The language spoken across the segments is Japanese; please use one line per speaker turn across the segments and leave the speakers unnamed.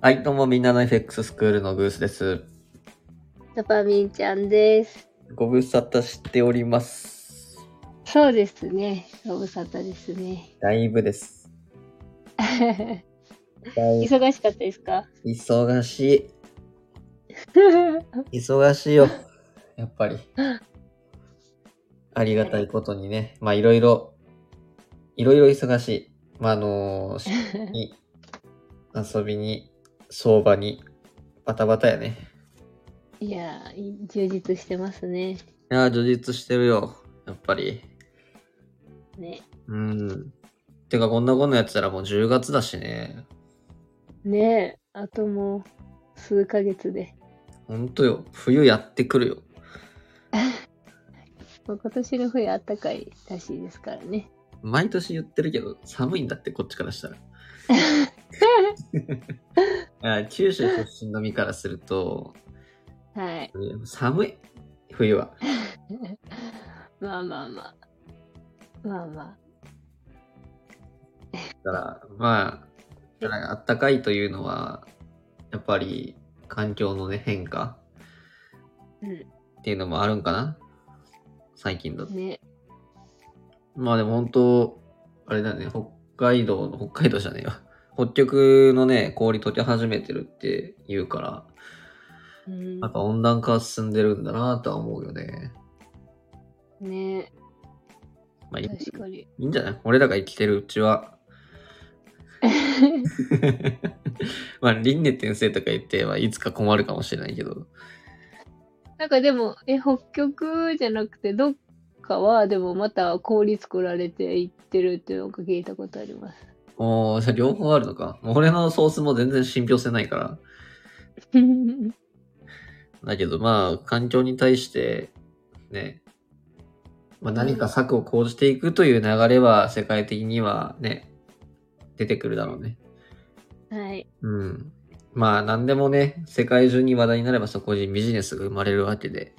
はい、どうもみんなの FX スクールのグースです。
ドパミンちゃんです。
ご無沙汰しております。
そうですね。ご無沙汰ですね。
だいぶです。だい
忙しかったですか
忙しい。忙しいよ。やっぱり。ありがたいことにね。まあいろいろ、いろいろ忙しい。まああのしに、遊びに、相場に、バタバタやね。
いやー、充実してますね。
いやー、充実してるよ。やっぱり。
ね。
うん。てかこんなこんなやってたらもう10月だしね。
ねえ、あともう数ヶ月で。
ほんとよ。冬やってくるよ。
まあ、今年の冬あったかいらしいですからね。
毎年言ってるけど、寒いんだって、こっちからしたら。あ九州出身の身からすると、
はい。
寒い。冬は。
まあまあまあ。まあま
だから、まあ、だからあったかいというのは、やっぱり環境のね、変化
あ。う
っていうのもあるんかな最近だと
ん。。ね。
まあでも本当、あれだね、北海道の、北海道じゃねえわ。北極のね、氷溶け始めてるって言うから、
うん
やっぱ温暖化は進んでるんだなとは思うよね。
ね
まあいい
確か に。
いいんじゃない俺らが生きてるうちは。 まあ、輪廻転生とか言って、まあ、いつか困るかもしれないけど。
なんかでも、え、北極じゃなくて、どっかは、でもまた氷作られていってるってなんか聞いたことあります。
おー、じゃあ両方あるのか。もう俺のソースも全然信憑性ないから。だけど、まあ、環境に対して、ね、まあ、何か策を講じていくという流れは、世界的にはね、出てくるだろうね。
はい。
うん。まあ、何でもね、世界中に話題になればそこにビジネスが生まれるわけで。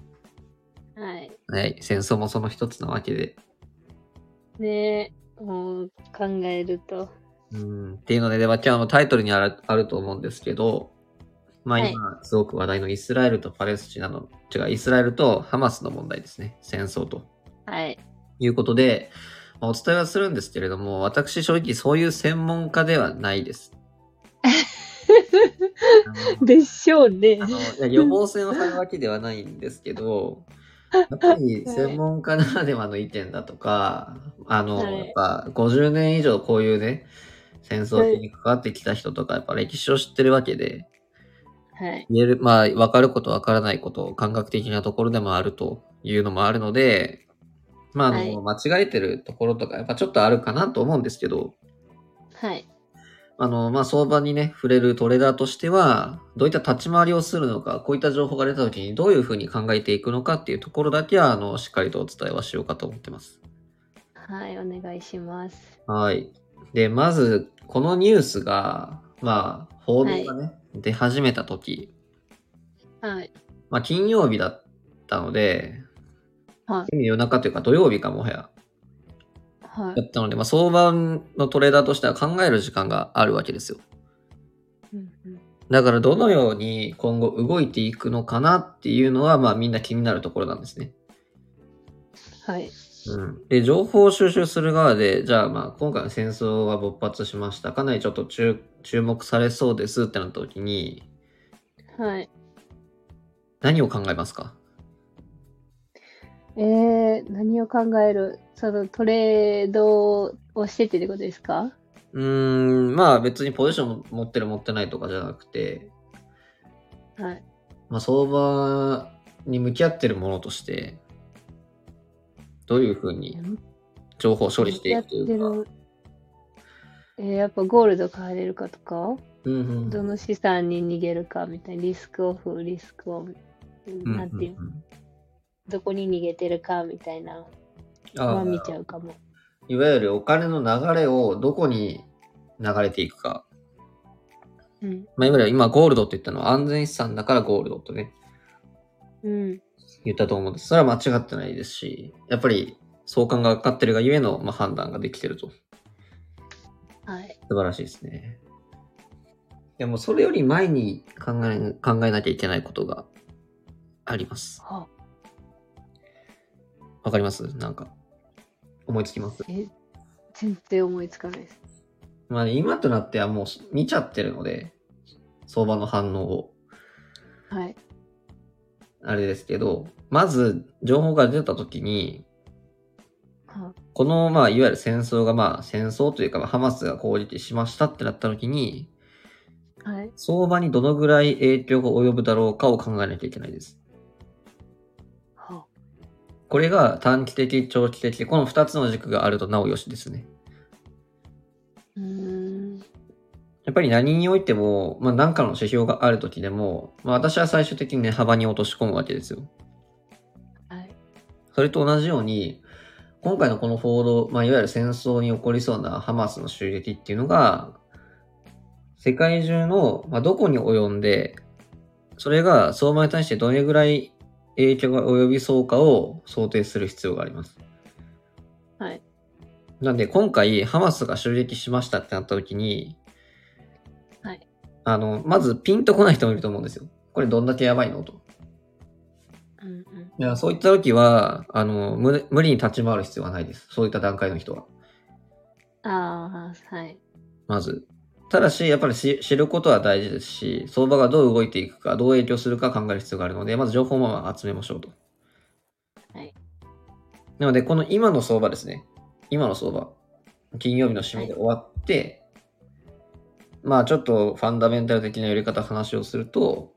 はい。
はい、戦争もその一つなわけで。
ねえ、もう考えると。
うん、っていうので、でまあ、今日のタイトルにあるあると思うんですけど、まあ
はい
今、すごく話題のイスラエルとパレスチナの、違う、イスラエルとハマスの問題ですね。戦争と
はい。
いうことで、まあお伝えはするんですけれども、私正直そういう専門家ではない です。
でしょうね
あ。のい や予防線を張るわけではないんですけど、やっぱり専門家ならではの意見だとか、あの、
はい
やっぱ50年以上こういうね、戦争に関わってきた人とか、やっぱ歴史を知ってるわけで、
はい。
言える、まあ、わかることわからないこと、感覚的なところでもあるというのもあるので、まあ、あの、間違えてるところとか、やっぱちょっとあるかなと思うんですけど、
はい。
あの、まあ、相場にね、触れるトレーダーとしては、どういった立ち回りをするのか、こういった情報が出た時にどういうふうに考えていくのかっていうところだけは、あの、しっかりとお伝えはしようかと思ってます。
はい、お願いします。
はい。で、まず、このニュースが、まあ、報道がね、出始めた時、
はい。
まあ、金曜日だったので、
はい。
夜中というか土曜日かもはや、
は
だ
い。
ったので、まあ、相場のトレーダーとしては考える時間があるわけですよ。
うんうん
だからどのように今後動いていくのかなっていうのは、まあみんな気になるところなんですね。
はい。
うん。で、情報を収集する側で、じゃあまあ今回の戦争が勃発しました。かなりちょっと注注目されそうですってなった時に、
はい。
何を考えますか
えー、何を考えるそのトレードをしててってことですか
うーん、まあ別にポジション持ってる持ってないとかじゃなくて、
はい。
まあ相場に向き合ってるものとして、どういうふうに情報を処理していくというか。
る。えーやっぱゴールド買われるかとか、
うんうんうん
どの資産に逃げるかみたいな、リスクオフ、リスクオフ、
うん
なんていう、
うんうん
どこに逃げてるかみたい
あ
なの
あ
は見ちゃうかも。
いわゆるお金の流れをどこに流れていくか。
うん。
まあ、いわゆる今ゴールドって言ったのは安全資産だからゴールドとね、
うん。
言ったと思うんです。それは間違ってないですし、やっぱり相関がかかってるがゆえの、まあ、判断ができてると。
はい。
素晴らしいですね。や、もうそれより前に考え、考えなきゃいけないことがあります。
は
わかりますなんか、思いつきます。
え、全然思いつかないです。
まあ、今となってはもう見ちゃってるので、相場の反応を、
はい。
あれですけど、まず、情報が出た時に、
は
この、まあ、いわゆる戦争が、まあ、戦争というか、まあハマスが攻撃しましたってなった時に、
はい。
相場にどのぐらい影響が及ぶだろうかを考えなきゃいけないです。
は
これが短期的、長期的、この2つの軸があるとなおよしですね。
うーん。
やっぱり何においても、まあ、何かの指標がある時でも、まあ、私は最終的に値幅に落とし込むわけですよ。
はい。
それと同じように、今回のこの報道、まあ、いわゆる戦争に起こりそうなハマスの襲撃っていうのが、世界中の、まあ、どこに及んで、それが相場に対してどれぐらい影響が及びそうかを想定する必要があります。
はい。
なんで、今回、ハマスが襲撃しましたってなった時に、
はい。
あの、まずピンとこない人もいると思うんですよ。これどんだけやばいのと。
うんうん。
いや、そういった時は、あの、無無理に立ち回る必要はないです。そういった段階の人は。
ああ、はい。
まず。ただし、やっぱりし知ることは大事ですし、相場がどう動いていくか、どう影響するか考える必要があるので、まず情報をまあ集めましょうと。
はい。
なので、この今の相場ですね。今の相場。金曜日の締めで終わって、まあちょっとファンダメンタル的なやり方話をすると、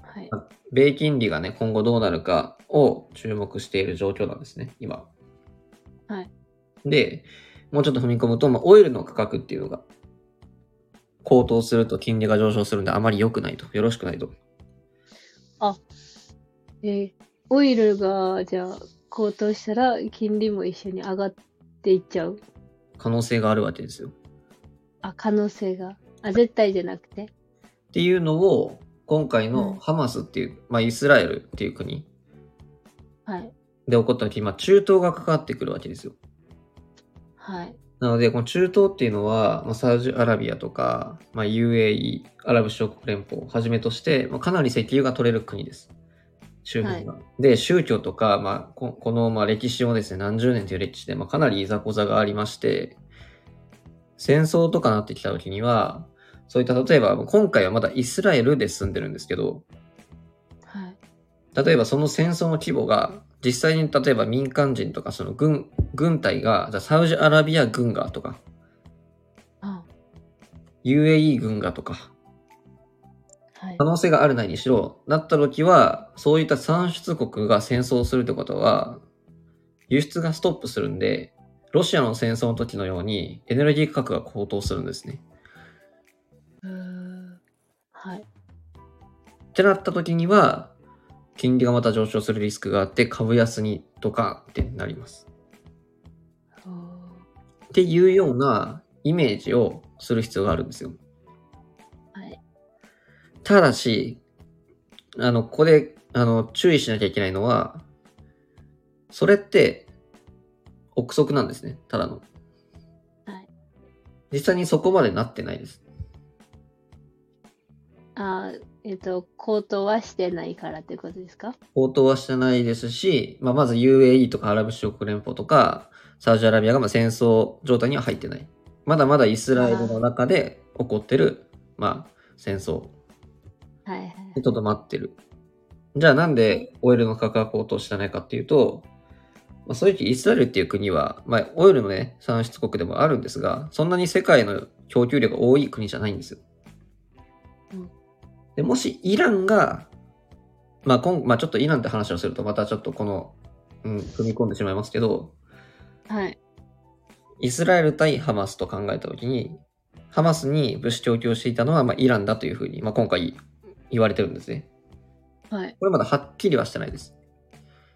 はい。
米金利がね、今後どうなるかを注目している状況なんですね、今。
はい。
で、もうちょっと踏み込むと、まあ、オイルの価格っていうのが、高騰すると金利が上昇するんで、あまり良くないと。よろしくないと。
えーオイルが、じゃあ、高騰したら、金利も一緒に上がっていっちゃう。
可能性があるわけですよ。
あ、可能性が。あ、絶対じゃなくて。
っていうのを、今回
うん
のハマスっていう、まあ、イスラエルっていう国
はい。
で起こった時、まあ、中東がかかってくるわけですよ。
はい。
なので、この中東っていうのは、まあ、サウジアラビアとか、まあ、UAE、アラブ諸国連邦をはじめとして、まあ、かなり石油が取れる国です。周辺が。で、宗教とか、まあ、ここのまあ歴史をですね、何十年という歴史で、まあ、かなりいざこざがありまして、戦争とかなってきた時には、そういった、例えば、今回はまだイスラエルで住んでるんですけど、
はい。
例えばその戦争の規模が、実際に例えば民間人とか、その軍、軍隊が、じゃあサウジアラビア軍がとか、
あ、
UAE 軍がとか、
はい
可。能性があるないにしろ、なった時は、そういった産出国が戦争をするってことは、輸出がストップするんで、ロシアの戦争の時のようにエネルギー価格が高騰するんですね。
うーんはい。
ってなった時には、金利がまた上昇するリスクがあって、株安にとかってなります。
おー
っていうようなイメージをする必要があるんですよ。
はい。
ただし、あの、ここで、あの、注意しなきゃいけないのは、それって、憶測なんですね、ただの。
はい
実際にそこまでなってないです。
あー、えっ、と、高騰はしてないからってことですか
応答はしてないですし、まあ、まず UAE とかアラブ首長国連邦とか、サウジアラビアがまあ戦争状態には入ってない。まだまだイスラエルの中で起こってる、まあ、戦争
はいはい。
でとどまってる。じゃあなんでオイルの価格が高騰したないかっていうと、まあ、正直イスラエルっていう国は、まあ、オイルのね、産出国でもあるんですが、そんなに世界の供給量が多い国じゃないんですよ。
うん
でもしイランが、まあ今、まあちょっとイランって話をするとまたちょっとこの、うん、踏み込んでしまいますけど、
はい。
イスラエル対ハマスと考えたときに、ハマスに物資供給をしていたのは、まあ、イランだというふうに、まあ、今回言われてるんですね。
はい。
これまだはっきりはしてないです。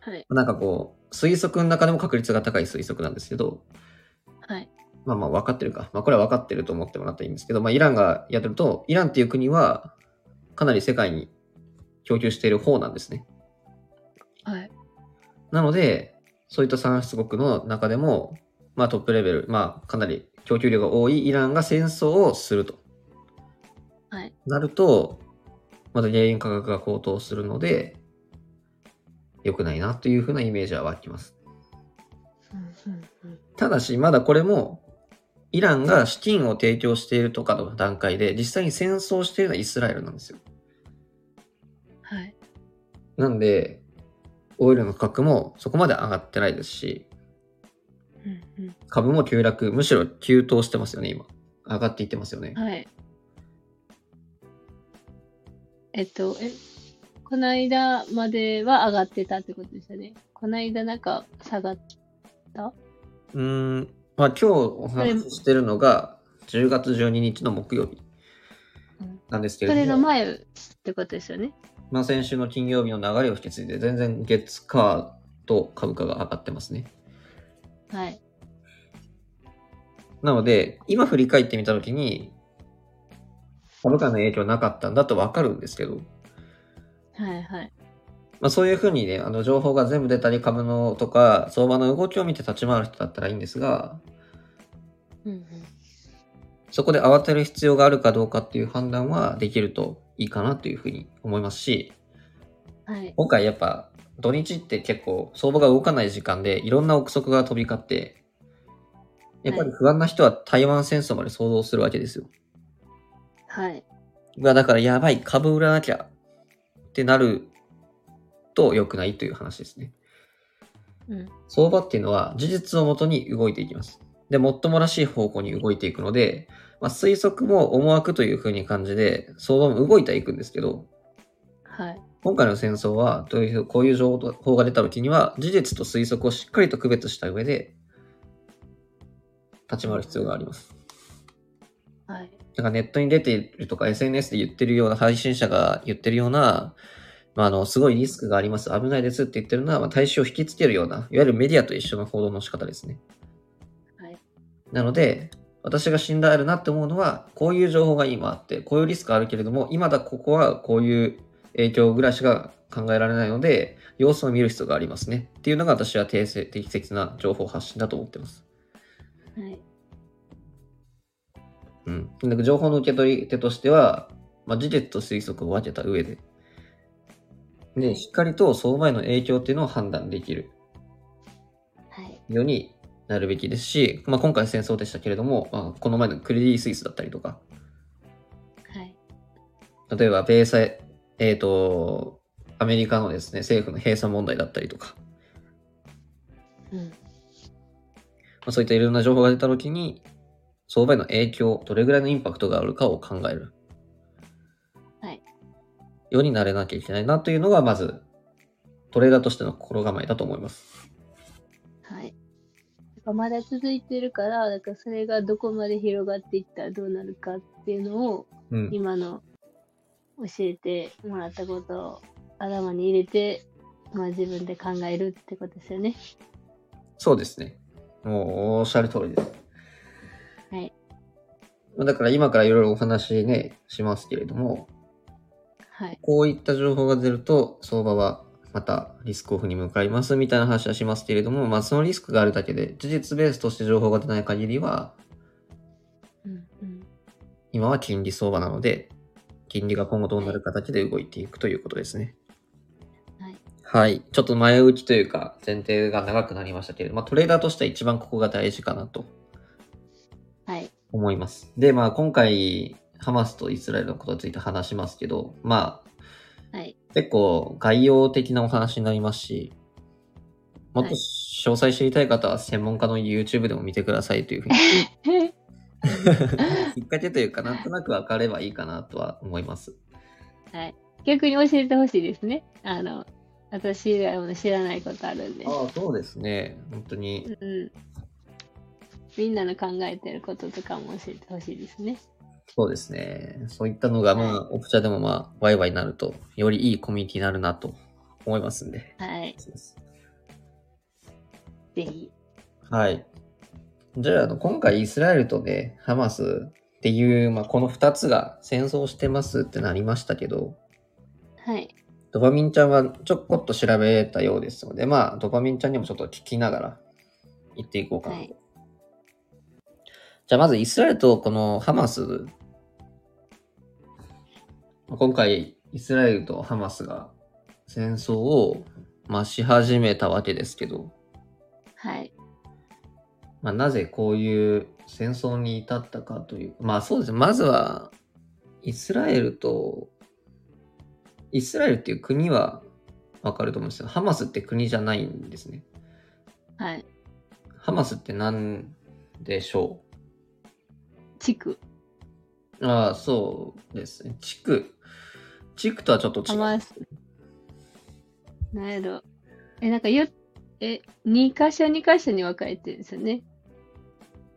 はい。
なんかこう、推測の中でも確率が高い推測なんですけど、
はい。
まあまあ分かってるか。まあこれは分かってると思ってもらったらいいんですけど、まあイランがやってると、イランっていう国はかなり世界に供給している方なんですね。
はい。
なので、そういった産出国の中でも、まあトップレベル、まあかなり供給量が多いイランが戦争をすると。
はい
なると、また原油価格が高騰するので、良くないなというふうなイメージは湧きます。
うんうんうん
ただし、まだこれも、イランが資金を提供しているとかの段階で、実際に戦争しているのはイスラエルなんですよ。
はい。
なんで、オイルの価格もそこまで上がってないですし、
うんうん
株も急落、むしろ急騰してますよね、今。上がっていってますよね。
はい。えっと、え、この間までは上がってたってことでしたね。この間なんか下がっ、
うーん、まあ今日お話ししてるのが、10月12日の木曜日
うん
なんですけ
そ
れども。
れの前ってことですよね。
まあ、先週の金曜日の流れを引き継いで、全然月火と株価が上がってますね。
はい。
なので、今振り返ってみたときに、株価の影響なかったんだとわかるんですけど、
はいはい。
まあ、そういうふうにね、あの情報が全部出たり、株のとか、相場の動きを見て立ち回る人だったらいいんですが、
うんうん。
そこで慌てる必要があるかどうかっていう判断はできるといいかなというふうに思いますし、
はい。
今回やっぱ土日って結構相場が動かない時間でいろんな憶測が飛び交って、やっぱり不安な人は台湾戦争まで想像するわけですよ。
はい。
がだからやばい、株売らなきゃってなると良くないという話ですね。
うん。
相場っていうのは事実をもとに動いていきます。で、もっともらしい方向に動いていくので、まあ、推測も思惑というふうに感じで、相場も動いてはいくんですけど、
はい。
今回の戦争は、どういう、こういう情報が出た時には、事実と推測をしっかりと区別した上で、立ち回る必要があります。
はい。
だからネットに出ているとか、SNS で言ってるような、配信者が言ってるような、まあ、あの、すごいリスクがあります、危ないですって言ってるのは、まあ、対象を引きつけるような、いわゆるメディアと一緒の報道の仕方ですね。
はい。
なので、私が信頼あるなって思うのは、こういう情報が今あって、こういうリスクあるけれども、今だここはこういう影響ぐらいしか考えられないので、様子を見る必要がありますね。っていうのが私は定性適切な情報発信だと思ってます。
はい。
うん。で情報の受け取り手としては、まあ、事実と推測を分けた上で、で、しっかりと相場への影響っていうのを判断できる
はい。
ようになるべきですし、まあ、今回戦争でしたけれども、まあ、この前のクレディ・スイスだったりとか、
はい。
例えば米債、えっ、と、アメリカのですね、政府の閉鎖問題だったりとか、
うん。
まあ、そういったいろんな情報が出たときに、相場への影響、どれぐらいのインパクトがあるかを考える。
はい。
ようになれなきゃいけないなというのが、まず、トレーダーとしての心構えだと思います。
はい。だからまだ続いてるから、だからそれがどこまで広がっていったらどうなるかっていうのを、
うん。
今の教えてもらったことを頭に入れて、まあ自分で考えるってことですよね。
そうですね。もう、おっしゃる通りです。
はい。
まあだから今からいろいろお話ね、しますけれども、
はい。
こういった情報が出ると、相場はまたリスクオフに向かいますみたいな話はしますけれども、まあ、そのリスクがあるだけで、事実ベースとして情報が出ない限りは、
うんうん。
今は金利相場なので、金利が今後どうなる形で動いていくということですね。
はい。
はい。ちょっと前置きというか、前提が長くなりましたけれども、まあ、トレーダーとしては一番ここが大事かなと
はい。
思います。で、まあ、今回、ハマスとイスラエルのことについて話しますけど、まあ、
はい。
結構概要的なお話になりますし、もっと
はい
詳細知りたい方は専門家の YouTube でも見てくださいというふうに、 きっかけというかなんとなく分かればいいかなとは思います。
はい。逆に教えてほしいですね。あの、私以外も知らないことあるんで。
ああ、そうですね。本当に。
うん。みんなの考えてることとかも教えてほしいですね。
そうですね。そういったのが、まあ、オプチャでもまあ、ワイワイになると、よりいいコミュニティになるなと思いますんで。
はい。ぜひ。
はい。じゃあ、あの今回イスラエルとね、ハマスっていう、まあ、この2つが戦争してますってなりましたけど、
はい。
ドパミンちゃんはちょこっと調べたようですので、まあ、ドパミンちゃんにもちょっと聞きながら言っていこうかなと。
はい
じゃあ、まずイスラエルとこのハマスまあ今回、イスラエルとハマスが戦争を、まあ、し始めたわけですけど、
はい。
まあ、なぜこういう戦争に至ったかという、まあそうですね、まずは、イスラエルと、イスラエルっていう国はわかると思うんですけど、ハマスって国じゃないんですね。
はい。
ハマスって何でしょ
地区。
うああ、そうですね。地区。地区とはちょっと
ハ
違う。
マス。なんやろ。え、なんかよ、え、2箇所2箇所に分かれてるんですよね。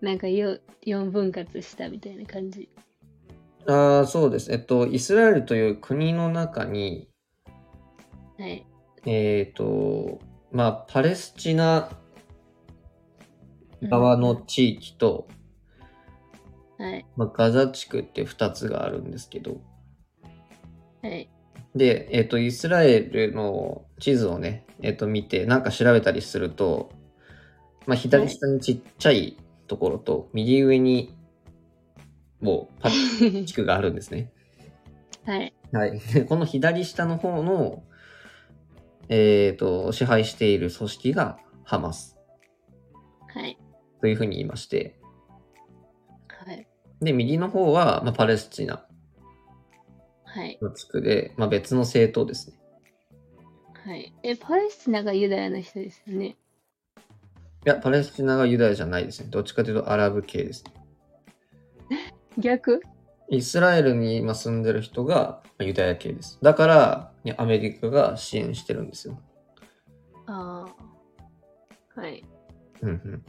なんかよ、4分割したみたいな感じ。
ああ、そうです。えっと、イスラエルという国の中に、
はい。
えっ、と、まあ、パレスチナ側の地域と、
はい。
まあ、ガザ地区って2つがあるんですけど、
はい。
で、えっ、と、イスラエルの地図をね、えっ、と、見て、なんか調べたりすると、まあ、左下にちっちゃいところと、右上に、もう、パレスチナ地区があるんですね。
はい。
はい。でこの左下の方の、えっ、と、支配している組織がハマス
はい。
というふうに言いまして、
はい。
で、右の方は、まあ、パレスチナ
はい。
の地区で、まあ、別の政党ですね。
はい。え、パレスチナがユダヤの人ですよね。
いや、パレスチナがユダヤじゃないですね。どっちかというとアラブ系ですね。
逆
イスラエルに今住んでる人がまあユダヤ系です。だから、ねアメリカが支援してるんですよ。
ああ。はい。
うんうん。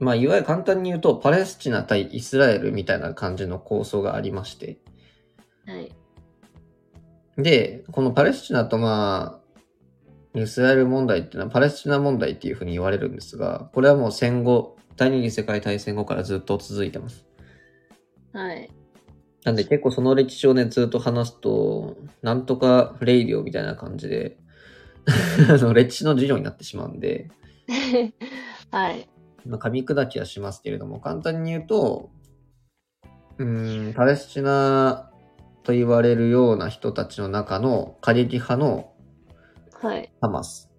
まあ、いわゆる簡単に言うと、パレスチナ対イスラエルみたいな感じの構想がありまして、
はい。
で、このパレスチナとまあ、イスラエル問題っていうのはパレスチナ問題っていうふうに言われるんですが、これはもう戦後、第二次世界大戦後からずっと続いてます。
はい。
なんで結構その歴史をね、ずっと話すと、なんとかレイディオみたいな感じで、 あの歴史の授業になってしまうんで、
はい。
まあ、噛み砕きはしますけれども、簡単に言うと、うーん、パレスチナと言われるような人たちの中の過激派の
はい。
ハマス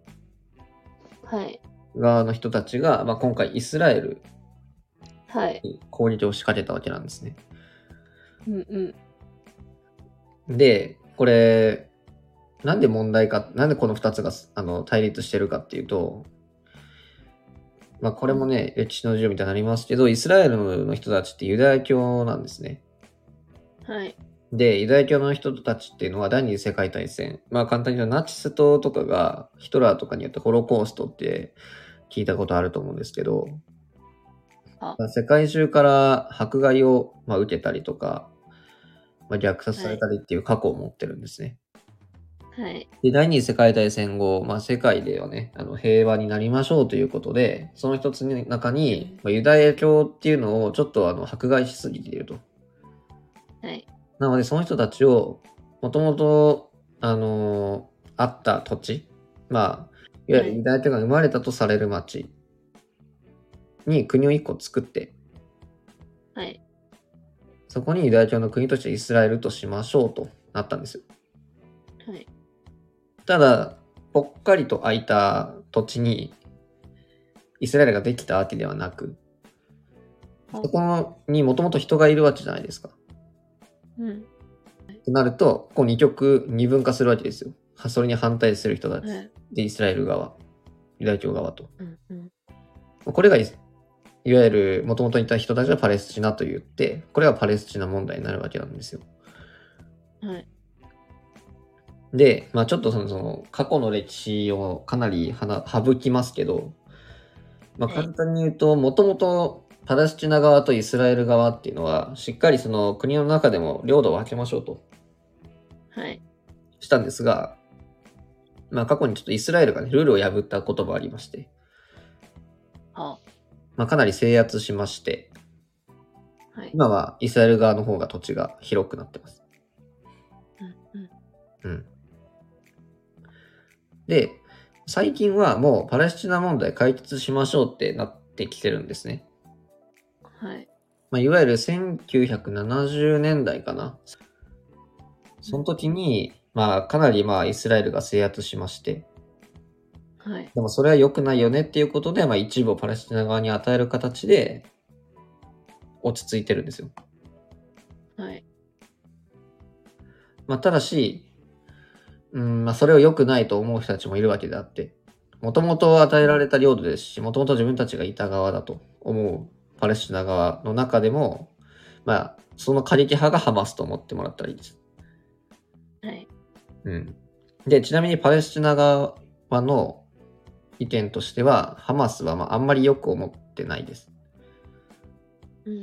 はい。
側の人たちが、まあ、今回イスラエル
はい。
に攻撃を仕掛けたわけなんですね。
うんうん。
で、これ、なんで問題か、なんでこの2つがあの対立してるかっていうと、まあ、これもね、歴史の授業みたいになりますけど、イスラエルの人たちってユダヤ教なんですね。
はい。
で、ユダヤ教の人たちっていうのは第二次世界大戦、まあ簡単に言うとナチス党とかがヒトラーとかによってホロコーストって聞いたことあると思うんですけど、
あ
世界中から迫害を、まあ、受けたりとか、まあ、虐殺されたりっていう過去を持ってるんですね。
はい。
で、第二次世界大戦後、まあ世界ではね、あの平和になりましょうということで、その一つの中に、まあ、ユダヤ教っていうのをちょっとあの迫害しすぎていると。
はい。
なので、その人たちを、もともと、あのーあった土地、まあ、いわゆるユダヤ教が生まれたとされる町に国を一個作って、
はい。
そこにユダヤ教の国としてイスラエルとしましょうとなったんですよ。
はい。
ただ、ぽっかりと空いた土地に、イスラエルができたわけではなく、
あ
そこにもともと人がいるわけじゃないですか。
うん。
となると、こう二極、二分化するわけですよ。はそれに反対する人たち。
はい。
で、イスラエル側、ユダヤ教側と。
うんうん。
これがイス、いわゆる、もともといた人たちはパレスチナと言って、これがパレスチナ問題になるわけなんですよ。
はい。
で、まあちょっとその、その過去の歴史をかなりはな省きますけど、まあ
はい
簡単に言うと、もともとパレスチナ側とイスラエル側っていうのは、しっかりその国の中でも領土を分けましょうと
はい。
したんですが、まあ過去にちょっとイスラエルがね、ルールを破ったこともありまして、
あ。
まあかなり制圧しまして、
はい。
今はイスラエル側の方が土地が広くなってます。
うんうん。
うん。で、最近はもうパレスチナ問題解決しましょうってなってきてるんですね。
はい。
まあ、いわゆる1970年代かな。その時に、まあ、かなりまあ、イスラエルが制圧しまして、
はい。
でもそれは良くないよねっていうことで、まあ、一部をパレスチナ側に与える形で、落ち着いてるんですよ。
はい。
まあ、ただし、うん、まあ、それを良くないと思う人たちもいるわけであって、もともと与えられた領土ですし、もともと自分たちがいた側だと思うパレスチナ側の中でも、まあ、その過激派がハマスと思ってもらったらいいです。
はい。
うん。で、ちなみにパレスチナ側の意見としては、ハマスはまああんまりよく思ってないです。
うん。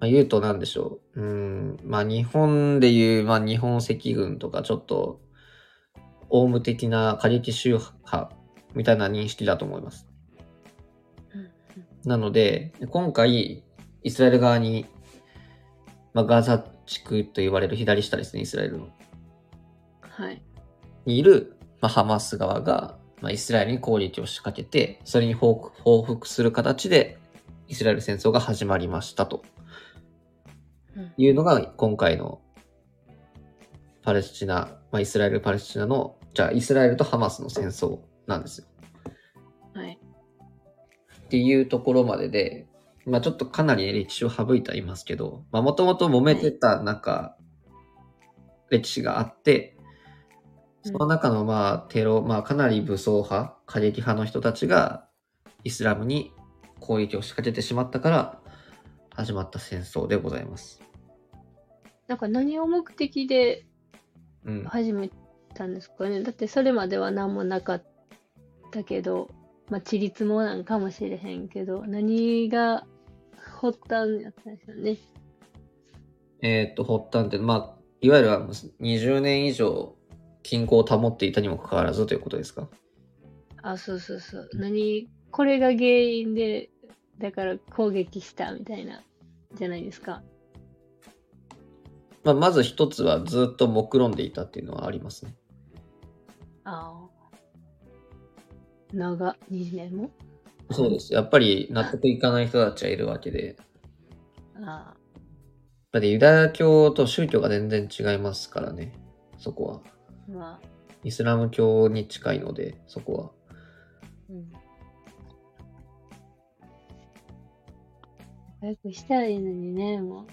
まあ、言うと何でしょう。うーん、まあ日本でいう、まあ日本赤軍とかちょっと、オウム的な過激宗派みたいな認識だと思います。
うん。
なので、今回、イスラエル側に、まあガザ地区と言われる左下ですね、イスラエルの。
はい。
にいる、まあ、ハマス側が、まあ、イスラエルに攻撃を仕掛けて、それに報復報復する形で、イスラエル戦争が始まりましたと
うん
いうのが、今回のパレスチナ、まあ、イスラエル・パレスチナの、じゃあ、イスラエルとハマスの戦争なんですよ。
はい。
っていうところまでで、まあ、ちょっとかなり歴史を省いてはいますけど、まあ、もともと揉めてた中、歴史があって、
うん
その中のまあテロ、まあかなり武装派、過激派の人たちがイスラムに攻撃を仕掛けてしまったから始まった戦争でございます。
なんか何を目的で
うん。
始めたんですかね。だってそれまでは何もなかったけど、まあ、地立もなんかもしれへんけど、何が発端やったんですよね。
えっ、と、発端って、まあ、いわゆるあの20年以上均衡を保っていたにもかかわらずということですか
あ、そうそうそう。何、これが原因で、だから攻撃したみたいな、じゃないですか。
まあ、まず一つはずっと目論んでいたっていうのはありますね。
ああ。長、2年も
そうです。やっぱり納得いかない人たちはいるわけで。
ああ。
だってユダヤ教と宗教が全然違いますからね。そこは。
まあ、
イスラム教に近いので、そこは。
うん。早くしたらいいのにね、も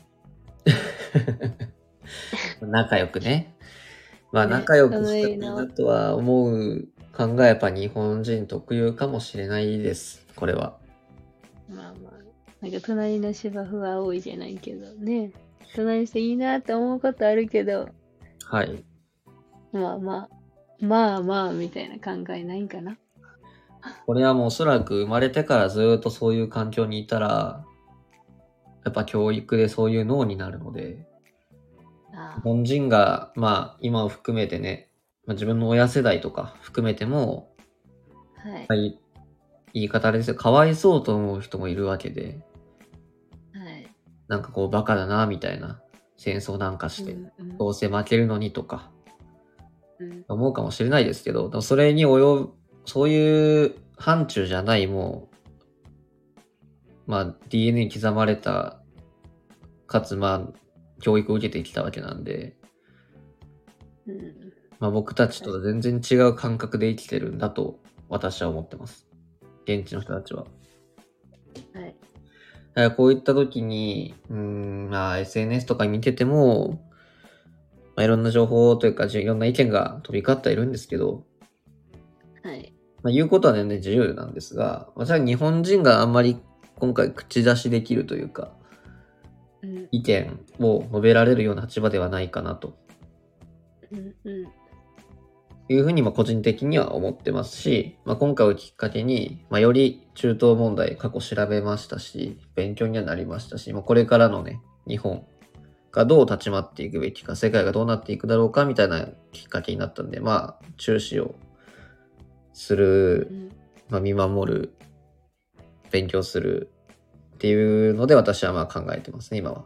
う。
仲良くね。まあ
ね
仲良くしたいなとは思う考えはやっぱ日本人特有かもしれないです。これは。
まあまあ、なんか隣の芝生は多いじゃないけどね。隣の人いいなって思うことあるけど、
はい。
まあまあ、まあまあみたいな考えないんかな。
これはもうおそらく生まれてからずっとそういう環境にいたら、やっぱ教育でそういう脳になるので、
あ
日本人が、まあ、今を含めてね、まあ、自分の親世代とか含めても、
あ、はい。
まあい言い方あれですよ、かわいそうと思う人もいるわけで、
はい。
なんかこう、バカだな、みたいな、戦争なんかして、
うんうん
どうせ負けるのにとか、
うん
思うかもしれないですけど、でもそれに及ぶ、そういう範疇じゃない、もう、まあ、DNA に刻まれた、かつ、まあ、教育を受けてきたわけなんで、
うん
まあ、僕たちとは全然違う感覚で生きてるんだと私は思ってます。現地の人たちは。
はい。
だからこういった時に、うーん、まあ SNS とか見てても、まあ、いろんな情報というかじいろんな意見が飛び交ってはいるんですけど、
はい。
まあ、言うことは全然自由なんですが、私は日本人があんまり今回口出しできるというか、
うん
意見を述べられるような立場ではないかなと
うんうん
いうふうにまあ個人的には思ってますし、まあ、今回をきっかけに、まあ、より中東問題過去調べましたし、勉強にはなりましたし、まあ、これからのね、日本がどう立ち回っていくべきか、世界がどうなっていくだろうかみたいなきっかけになったんで、まあ、注視をす
う
る、
ん
まあ、見守る、勉強するっていうので私はまあ考えてますね、今は。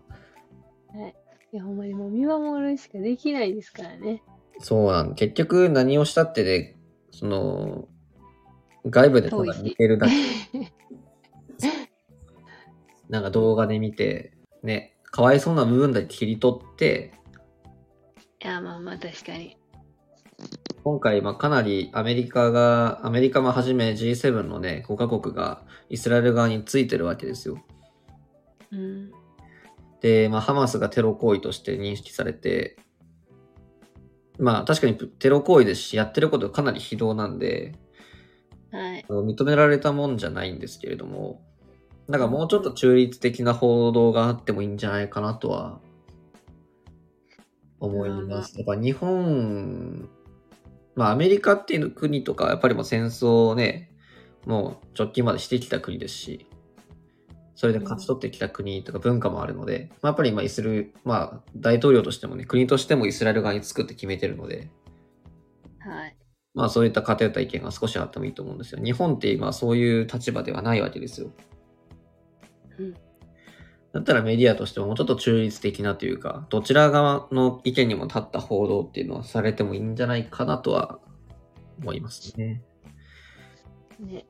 いや、ほんまにもう見守るしかできないですからね。
そうなん結局何をしたってで、その、外部でただ見てるだけ。 なんか動画で見て、ね、かわいそうな部分だけ切り取って、
や、まあまあ確かに。
今回、まあ、かなりアメリカが、アメリカもはじめ G7 のね、5カ国がイスラエル側についてるわけですよ。
うん。
で、まあ、ハマスがテロ行為として認識されて、まあ、確かにテロ行為ですし、やってることかなり非道なんで、
はい。
あの認められたもんじゃないんですけれども、なんかもうちょっと中立的な報道があってもいいんじゃないかなとは思います。やっぱ日本、まあアメリカっていう国とか、やっぱりもう戦争をね、もう直近までしてきた国ですし、それで勝ち取ってきた国とか文化もあるので、まあ、やっぱり今イスラエル、まあ大統領としてもね、国としてもイスラエル側に作って決めてるので、
はい。
まあそういった偏った意見が少しあってもいいと思うんですよ。日本って今そういう立場ではないわけですよ。
うん
だったらメディアとしてももうちょっと中立的なというか、どちら側の意見にも立った報道っていうのはされてもいいんじゃないかなとは思いますね。
ね。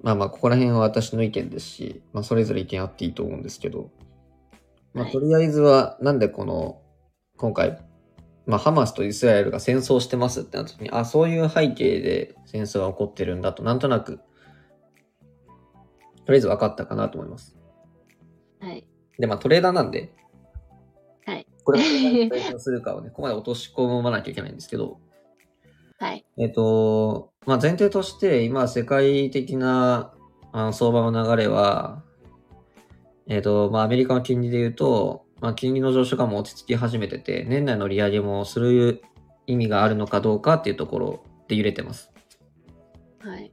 まあまあここら辺は私の意見ですし、まあそれぞれ意見あっていいと思うんですけど、まあ
はい
とりあえずはなんでこの、今回、まあハマスとイスラエルが戦争してますってなった時に、あ、そういう背景で戦争が起こってるんだと、なんとなく、とりあえず分かったかなと思います。
はい。
で、まあトレーダーなんで、
はい。
これをどう対象するかをね、ここまで落とし込まなきゃいけないんですけど、
はい。
えっと、まあ、前提として、今、世界的なあの相場の流れは、えっと、まあ、アメリカの金利で言うと、まあ、金利の上昇がもう落ち着き始めてて、年内の利上げもする意味があるのかどうかっていうところで揺れてます。
はい。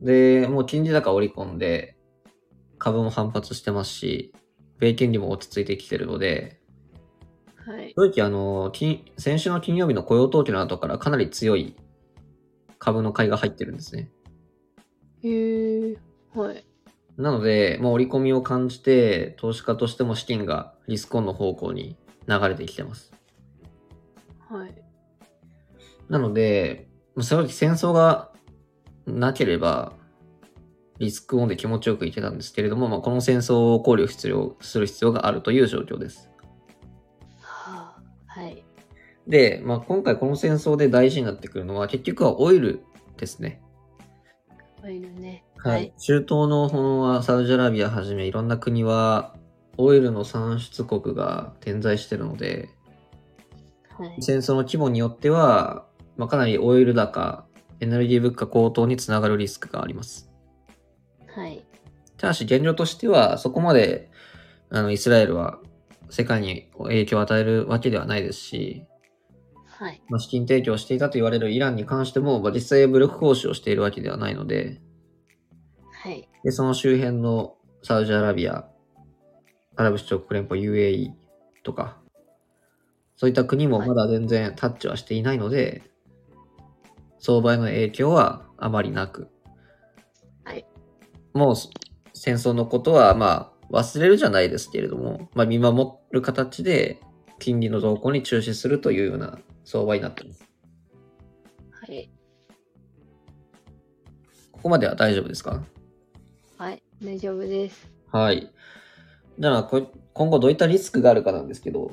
で、もう金利高を織り込んで、株も反発してますし、米金利も落ち着いてきてるので、
はい。
正直あの、金先週の金曜日の雇用統計の後からかなり強い株の買いが入ってるんですね。
へー。はい。
なので、まあ、折り込みを感じて、投資家としても資金がリスクオンの方向に流れてきてます。
はい。
なので、まあ正直戦争がなければ、リスクオンで気持ちよくいけたんですけれども、まあ、この戦争を考慮必要する必要があるという状況です。
はあ。はい。
で、まあ、今回この戦争で大事になってくるのは、結局はオイルですね。
こういうのね。
はい。。中東のこのサウジアラビアはじめいろんな国は、オイルの産出国が点在しているので、
はい。
戦争の規模によっては、まあ、かなりオイル高、エネルギー物価高騰につながるリスクがあります。
はい。
ただし現状としては、そこまであのイスラエルは世界に影響を与えるわけではないですし、
はい。
まあ、資金提供していたと言われるイランに関しても、まあ、実際武力行使をしているわけではないので、
はい。
でその周辺のサウジアラビア、アラブ首長国連邦 UAE とか、そういった国も
はい
まだ全然タッチはしていないので、相場への影響はあまりなく、
はい
もう戦争のことはまあ忘れるじゃないですけれども、まあ、見守る形で金利の動向に注視するというような相場になってます。
はい。
ここまでは大丈夫ですか
はい。大丈夫です。
はい。じゃあこ、今後どういったリスクがあるかなんですけど、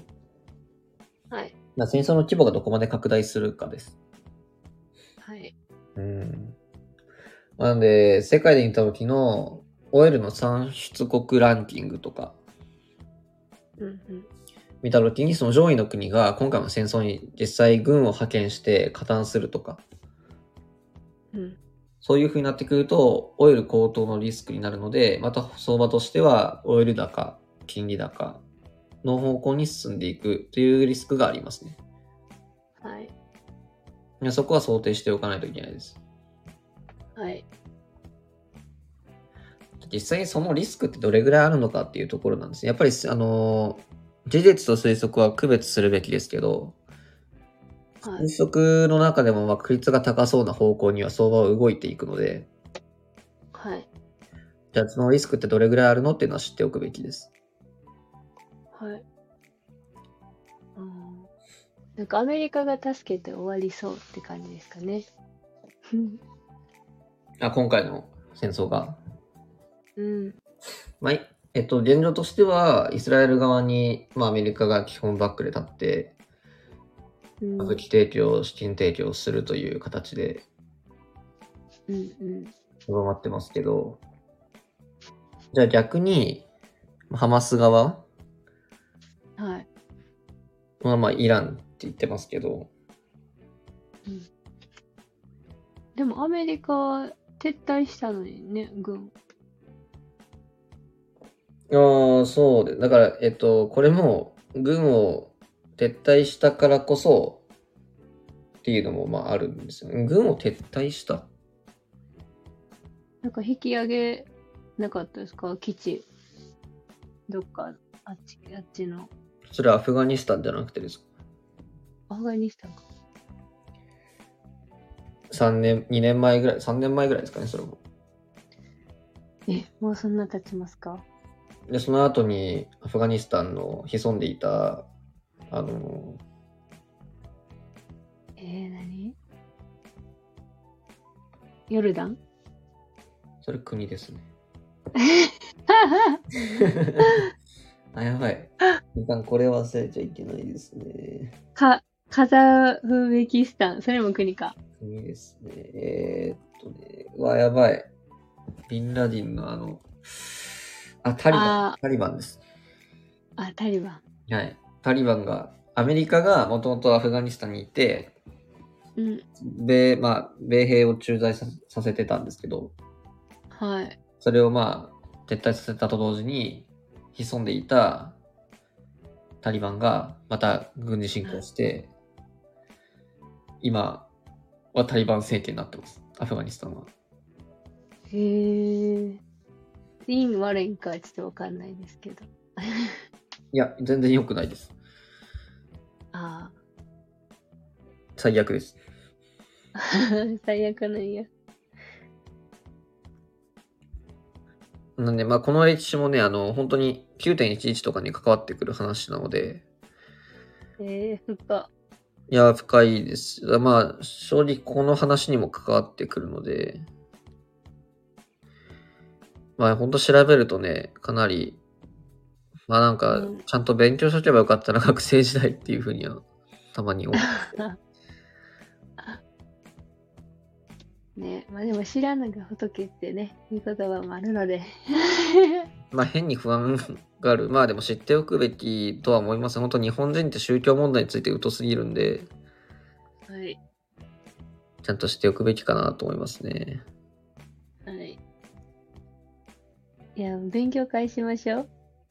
はい。
まあ、戦争の規模がどこまで拡大するかです。
はい。
うん。なんで、世界で見た時のオイルの産出国ランキングとか
うんうん。
見た時に、その上位の国が今回の戦争に実際軍を派遣して加担するとか、
うん。
そういう風になってくると、オイル高騰のリスクになるので、また相場としては、オイル高、金利高の方向に進んでいくというリスクがありますね。
はい。
いやそこは想定しておかないといけないです。
はい。
実際にそのリスクってどれぐらいあるのかっていうところなんですね。やっぱり、あのー、事実と推測は区別するべきですけど、
は
推
い。
測の中でもまあ確率が高そうな方向には相場は動いていくので、
はい。
じゃあそのリスクってどれぐらいあるのっていうのは知っておくべきです。
はい。うんなんかアメリカが助けて終わりそうって感じですかね。
あ今回の戦争が。
うん。
まあ、いえっと、現状としては、イスラエル側に、まあ、アメリカが基本バックで立って、
うん
武器提供、資金提供をするという形で
うんうん
とどまってますけど、じゃあ逆に、ハマス側
はい。
は、まあ、イランって言ってますけど、
でもアメリカは撤退したのにね、軍。
ああ、そうで。だから、えっと、これも、軍を撤退したからこそ、っていうのも、まあ、あるんですよね。軍を撤退した
なんか引き上げなかったですか基地。どっか、あっち、あっちの。
それはアフガニスタンじゃなくてですか
アフガニスタンか。
?3 年、2年前ぐらい、3年前ぐらいですかね、それも。
え、もうそんな経ちますか
で、その後に、アフガニスタンの潜んでいた、あの、
えー、何ヨルダン
それ国ですね。 あ、やばい。時間これ忘れちゃいけないですね。
か、カザフベキスタン。それも国か。
国ですね。えーっとね、うわ、やばい。ビンラディンのあの、あ、タリバ
あ
ン、タリバンです。
あ、タリバン。
はい。タリバンが、アメリカがもともとアフガニスタンにいて、
うん。
米、まあ、米兵を駐在ささせてたんですけど、
はい。
それをまあ、撤退させたと同時に、潜んでいたタリバンが、また軍事侵攻して、今はタリバン政権になってます。アフガニスタンは。
へえ。いいん悪いんかはちょっとわかんないですけど。
いや、全然良くないです。
あ
最悪です。
あ。 最悪なんや。
なんで、まあ、この歴史もね、あの、本当に9.11とかに関わってくる話なので、
ええ、深。
いや、深いです。まあ、正直この話にも関わってくるので、まあ、本当調べるとね、かなり、まあなんか
うん、
ちゃんと勉強しとけばよかったな、学生時代っていうふうには、たまに思う。
ねまあでも知らぬが仏ってね、いう言葉もあるので。
まあ、変に不安がある。まあ、でも知っておくべきとは思います。本当日本人って宗教問題について疎すぎるんで、
はい。
ちゃんとしておくべきかなと思いますね。
はい。いや、勉強会しましょう。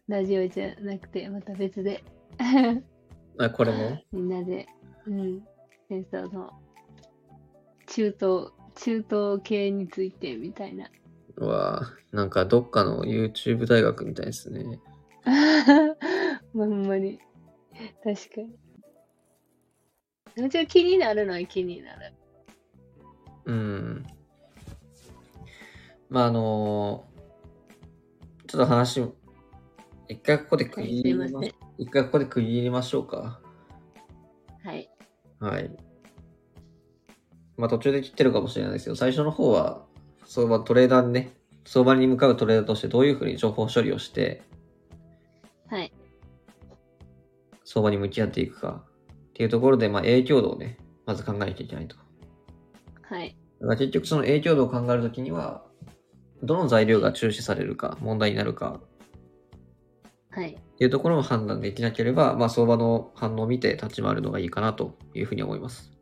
ラジオじゃなくて、また別で。
あこれも
みんなで、うん、戦争の中東、中東系についてみたい な。
うわぁなんかどっかの YouTube 大学みたいですね。
まんまに。確かに。でもちろん気になるのは気になる。
うん。まああのーちょっと話、一回ここで区
はい、
切
すい
り
ま
ま
せん。
一回ここで区切りましょうか。
はい。
はい。まあ途中で切ってるかもしれないですけど、最初の方は相場、トレーダーにね、相場に向かうトレーダーとしてどういうふうに情報処理をして、
はい。
相場に向き合っていくかっていうところで、まあ、影響度をね、まず考えなきゃいけないと。
はい。
だから結局その影響度を考えるときには、どの材料が注視されるか、問題になるか
はい。
っていうところも判断できなければ、まあ、相場の反応を見て立ち回るのがいいかなというふうに思います。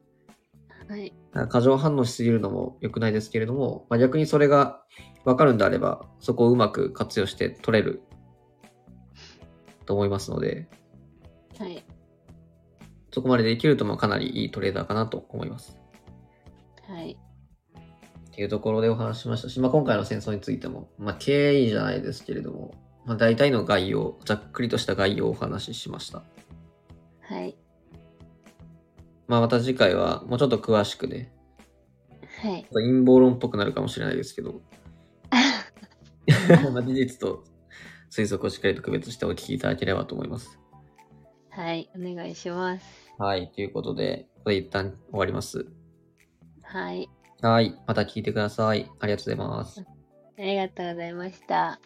はい。
だから過剰反応しすぎるのも良くないですけれども、まあ、逆にそれが分かるんであれば、そこをうまく活用して取れると思いますので、
はい。
そこまでできるとまあかなりいいトレーダーかなと思います。
はい。
っていうところでお話ししましたし、まあ、今回の戦争についても、まあ、経緯じゃないですけれども、まあ、大体の概要、ざっくりとした概要をお話ししました。
はい。
まあ、また次回はもうちょっと詳しくね、
はい。
ちょっと陰謀論っぽくなるかもしれないですけ ど、まあ事実と推測をしっかりと区別してお聞きいただければと思います。
はい。お願いします。
はい、ということで、ここで一旦終わります。
はい。
はい、また聞いてください。ありがとうございます。
ありがとうございました。